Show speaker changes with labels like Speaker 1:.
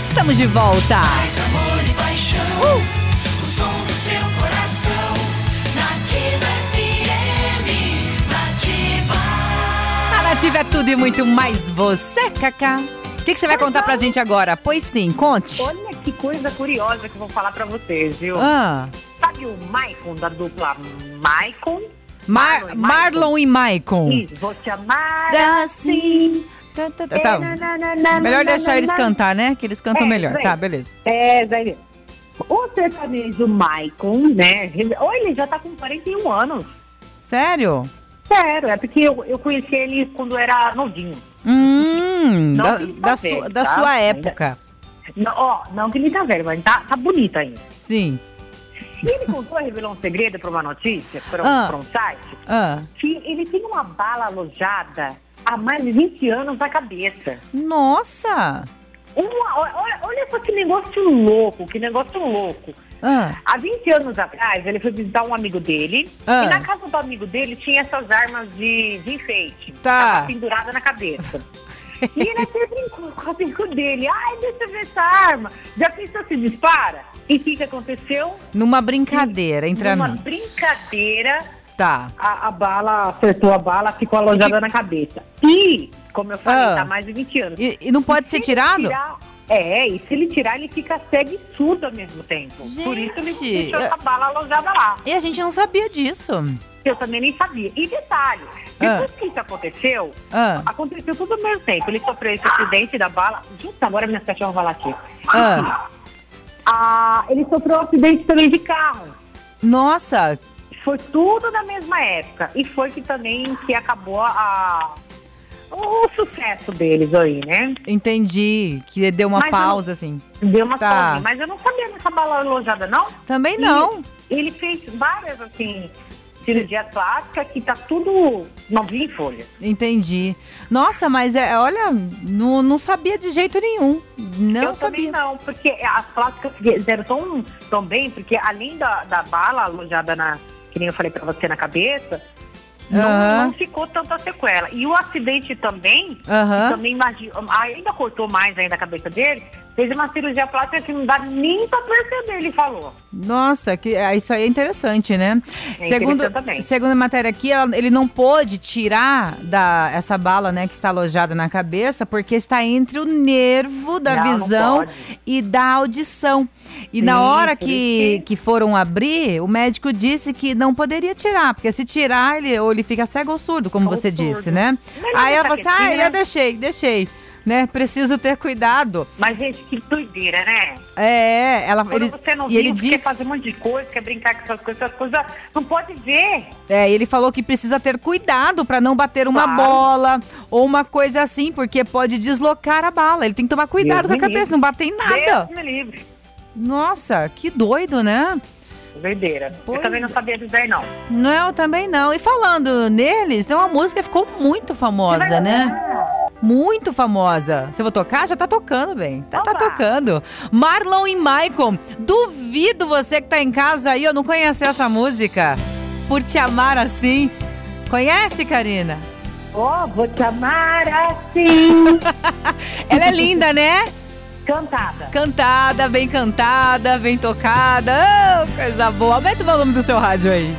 Speaker 1: Estamos de volta.
Speaker 2: Mais amor e paixão. O som do seu coração. Nativa FM. Nativa.
Speaker 1: A Nativa é tudo e muito mais você, Cacá. O que, que você vai contar pra gente agora? Pois sim, conte.
Speaker 3: Olha que coisa curiosa que eu vou falar pra vocês, viu?
Speaker 1: Ah,
Speaker 3: Sabe o Maicon da dupla Maicon?
Speaker 1: Mar- Marlon e Maicon.
Speaker 3: Isso, vou te amar assim.
Speaker 1: Tá, tá, tá, tá. Melhor deixar eles cantar, né? Que eles cantam
Speaker 3: É,
Speaker 1: melhor.
Speaker 3: bem.
Speaker 1: Tá, beleza.
Speaker 3: É, daí. O sertanejo Maicon, né? Ou ele já tá com 41 anos.
Speaker 1: Sério?
Speaker 3: Sério, é porque eu, eu conheci ele quando era novinho.
Speaker 1: Hum,
Speaker 3: Não
Speaker 1: da,
Speaker 3: que ele
Speaker 1: da
Speaker 3: tá
Speaker 1: sua-
Speaker 3: velho,
Speaker 1: da
Speaker 3: tá?
Speaker 1: sua
Speaker 3: Ainda-
Speaker 1: época.
Speaker 3: Não, ó, não que ele tá velho, mas tá, tá bonito ainda.
Speaker 1: Sim.
Speaker 3: E ele contou, revelou um segredo pra uma notícia, pra um,
Speaker 1: Ah.
Speaker 3: pra um site,
Speaker 1: Ah,
Speaker 3: que ele tem uma bala alojada há mais de 20 anos na cabeça.
Speaker 1: nossa!
Speaker 3: Uma, olha, olha só que negócio louco, que negócio louco.
Speaker 1: Ah,
Speaker 3: Há 20 anos atrás, ele foi visitar um amigo dele.
Speaker 1: Ah.
Speaker 3: E na casa do amigo dele tinha essas armas de, de enfeite.
Speaker 1: Tá.
Speaker 3: Tava pendurada na cabeça. e ele até brincou com o amigo dele. Ai, deixa eu ver essa arma. Já pensou se dispara? E o que, que aconteceu?
Speaker 1: numa brincadeira entre
Speaker 3: Numa
Speaker 1: amigos.
Speaker 3: brincadeira,
Speaker 1: Tá.
Speaker 3: a, a bala acertou a bala, ficou alojada na cabeça. E, como eu falei,
Speaker 1: Ah.
Speaker 3: tá há mais de 20 anos.
Speaker 1: E, e não pode
Speaker 3: Se
Speaker 1: ser
Speaker 3: ele
Speaker 1: tirado?
Speaker 3: tirar- é, e se ele tirar, ele fica cego e surdo ao mesmo tempo. Por isso ele
Speaker 1: Gente,
Speaker 3: deixou
Speaker 1: eu-
Speaker 3: essa bala alojada lá.
Speaker 1: E a gente não sabia disso.
Speaker 3: Eu também nem sabia. E detalhe, depois que isso aconteceu,
Speaker 1: Ah.
Speaker 3: aconteceu tudo ao mesmo tempo. Ele sofreu esse acidente da bala. Justo agora minha cachorra vai latir.
Speaker 1: Ah.
Speaker 3: Ah, ele sofreu um acidente também de carro.
Speaker 1: Nossa,
Speaker 3: Foi tudo na mesma época. E foi que também que acabou a- o sucesso deles aí, né?
Speaker 1: entendi. Que deu uma
Speaker 3: Mas eu não-
Speaker 1: pausa, assim.
Speaker 3: Deu uma
Speaker 1: Tá.
Speaker 3: fome. Mas eu não sabia dessa bala alojada, não.
Speaker 1: Também
Speaker 3: E
Speaker 1: não.
Speaker 3: ele fez várias, assim, cirurgia plástica que tá tudo novinho em folha.
Speaker 1: Entendi. Nossa, mas é, olha, não, não sabia de jeito nenhum. Não
Speaker 3: eu também
Speaker 1: sabia.
Speaker 3: não, porque as plásticas fizeram tão, tão bem, porque além da, da bala alojada na, que nem eu falei pra você, na cabeça,
Speaker 1: Aham.
Speaker 3: não, não ficou tanta sequela. E o acidente também,
Speaker 1: Aham.
Speaker 3: que também imagi- ainda cortou mais ainda a cabeça dele, fez uma cirurgia plástica que não dá nem pra perceber, ele falou.
Speaker 1: Nossa, que, ah, isso aí é interessante, né?
Speaker 3: É
Speaker 1: segundo,
Speaker 3: interessante também.
Speaker 1: segundo a matéria aqui, ela- ele não pôde tirar da, essa bala né, que está alojada na cabeça, porque está entre o nervo da
Speaker 3: Não, não
Speaker 1: visão
Speaker 3: pode.
Speaker 1: e da audição. E na
Speaker 3: Sim,
Speaker 1: hora
Speaker 3: por
Speaker 1: que,
Speaker 3: isso
Speaker 1: que foram abrir, o médico disse que não poderia tirar, porque se tirar, ele, ou ele fica cego ou surdo, como
Speaker 3: Ou
Speaker 1: você
Speaker 3: surdo.
Speaker 1: disse, né?
Speaker 3: Mas não
Speaker 1: Aí ela
Speaker 3: tá
Speaker 1: falou assim: ah,
Speaker 3: quietinha,
Speaker 1: eu
Speaker 3: né?"
Speaker 1: deixei, deixei. Né? Preciso ter cuidado.
Speaker 3: Mas, gente, que doideira, né?
Speaker 1: É, ela.
Speaker 3: Quando
Speaker 1: ele-
Speaker 3: você não
Speaker 1: e ele
Speaker 3: viu, você quer
Speaker 1: disse.
Speaker 3: fazer um monte de coisa, quer brincar com essas coisas, essas coisas não pode ver.
Speaker 1: É, ele falou que precisa ter cuidado pra não bater uma
Speaker 3: Claro.
Speaker 1: bola ou uma coisa assim, porque pode deslocar a bala. Ele tem que tomar cuidado
Speaker 3: Deus
Speaker 1: com a
Speaker 3: me
Speaker 1: cabeça,
Speaker 3: livre.
Speaker 1: não bater em nada.
Speaker 3: Deus me livre.
Speaker 1: Nossa, que doido, né?
Speaker 3: Doideira.
Speaker 1: Pois
Speaker 3: Eu também não
Speaker 1: é.
Speaker 3: sabia disso daí, não.
Speaker 1: Não, eu também não. E falando neles, tem uma música que ficou muito famosa, né? Muito famosa. Se eu vou tocar, já tá tocando, bem. Tá, tá
Speaker 3: Oba!
Speaker 1: tocando. Marlon e Maicon, duvido você que tá em casa aí, eu não conhecer essa música. Por te amar assim. Conhece, Karina?
Speaker 3: Ó, vou te amar assim.
Speaker 1: Ela é linda, né?
Speaker 3: Cantada.
Speaker 1: Cantada, bem cantada, bem tocada. Ah, coisa boa. Aumenta o volume do seu rádio aí.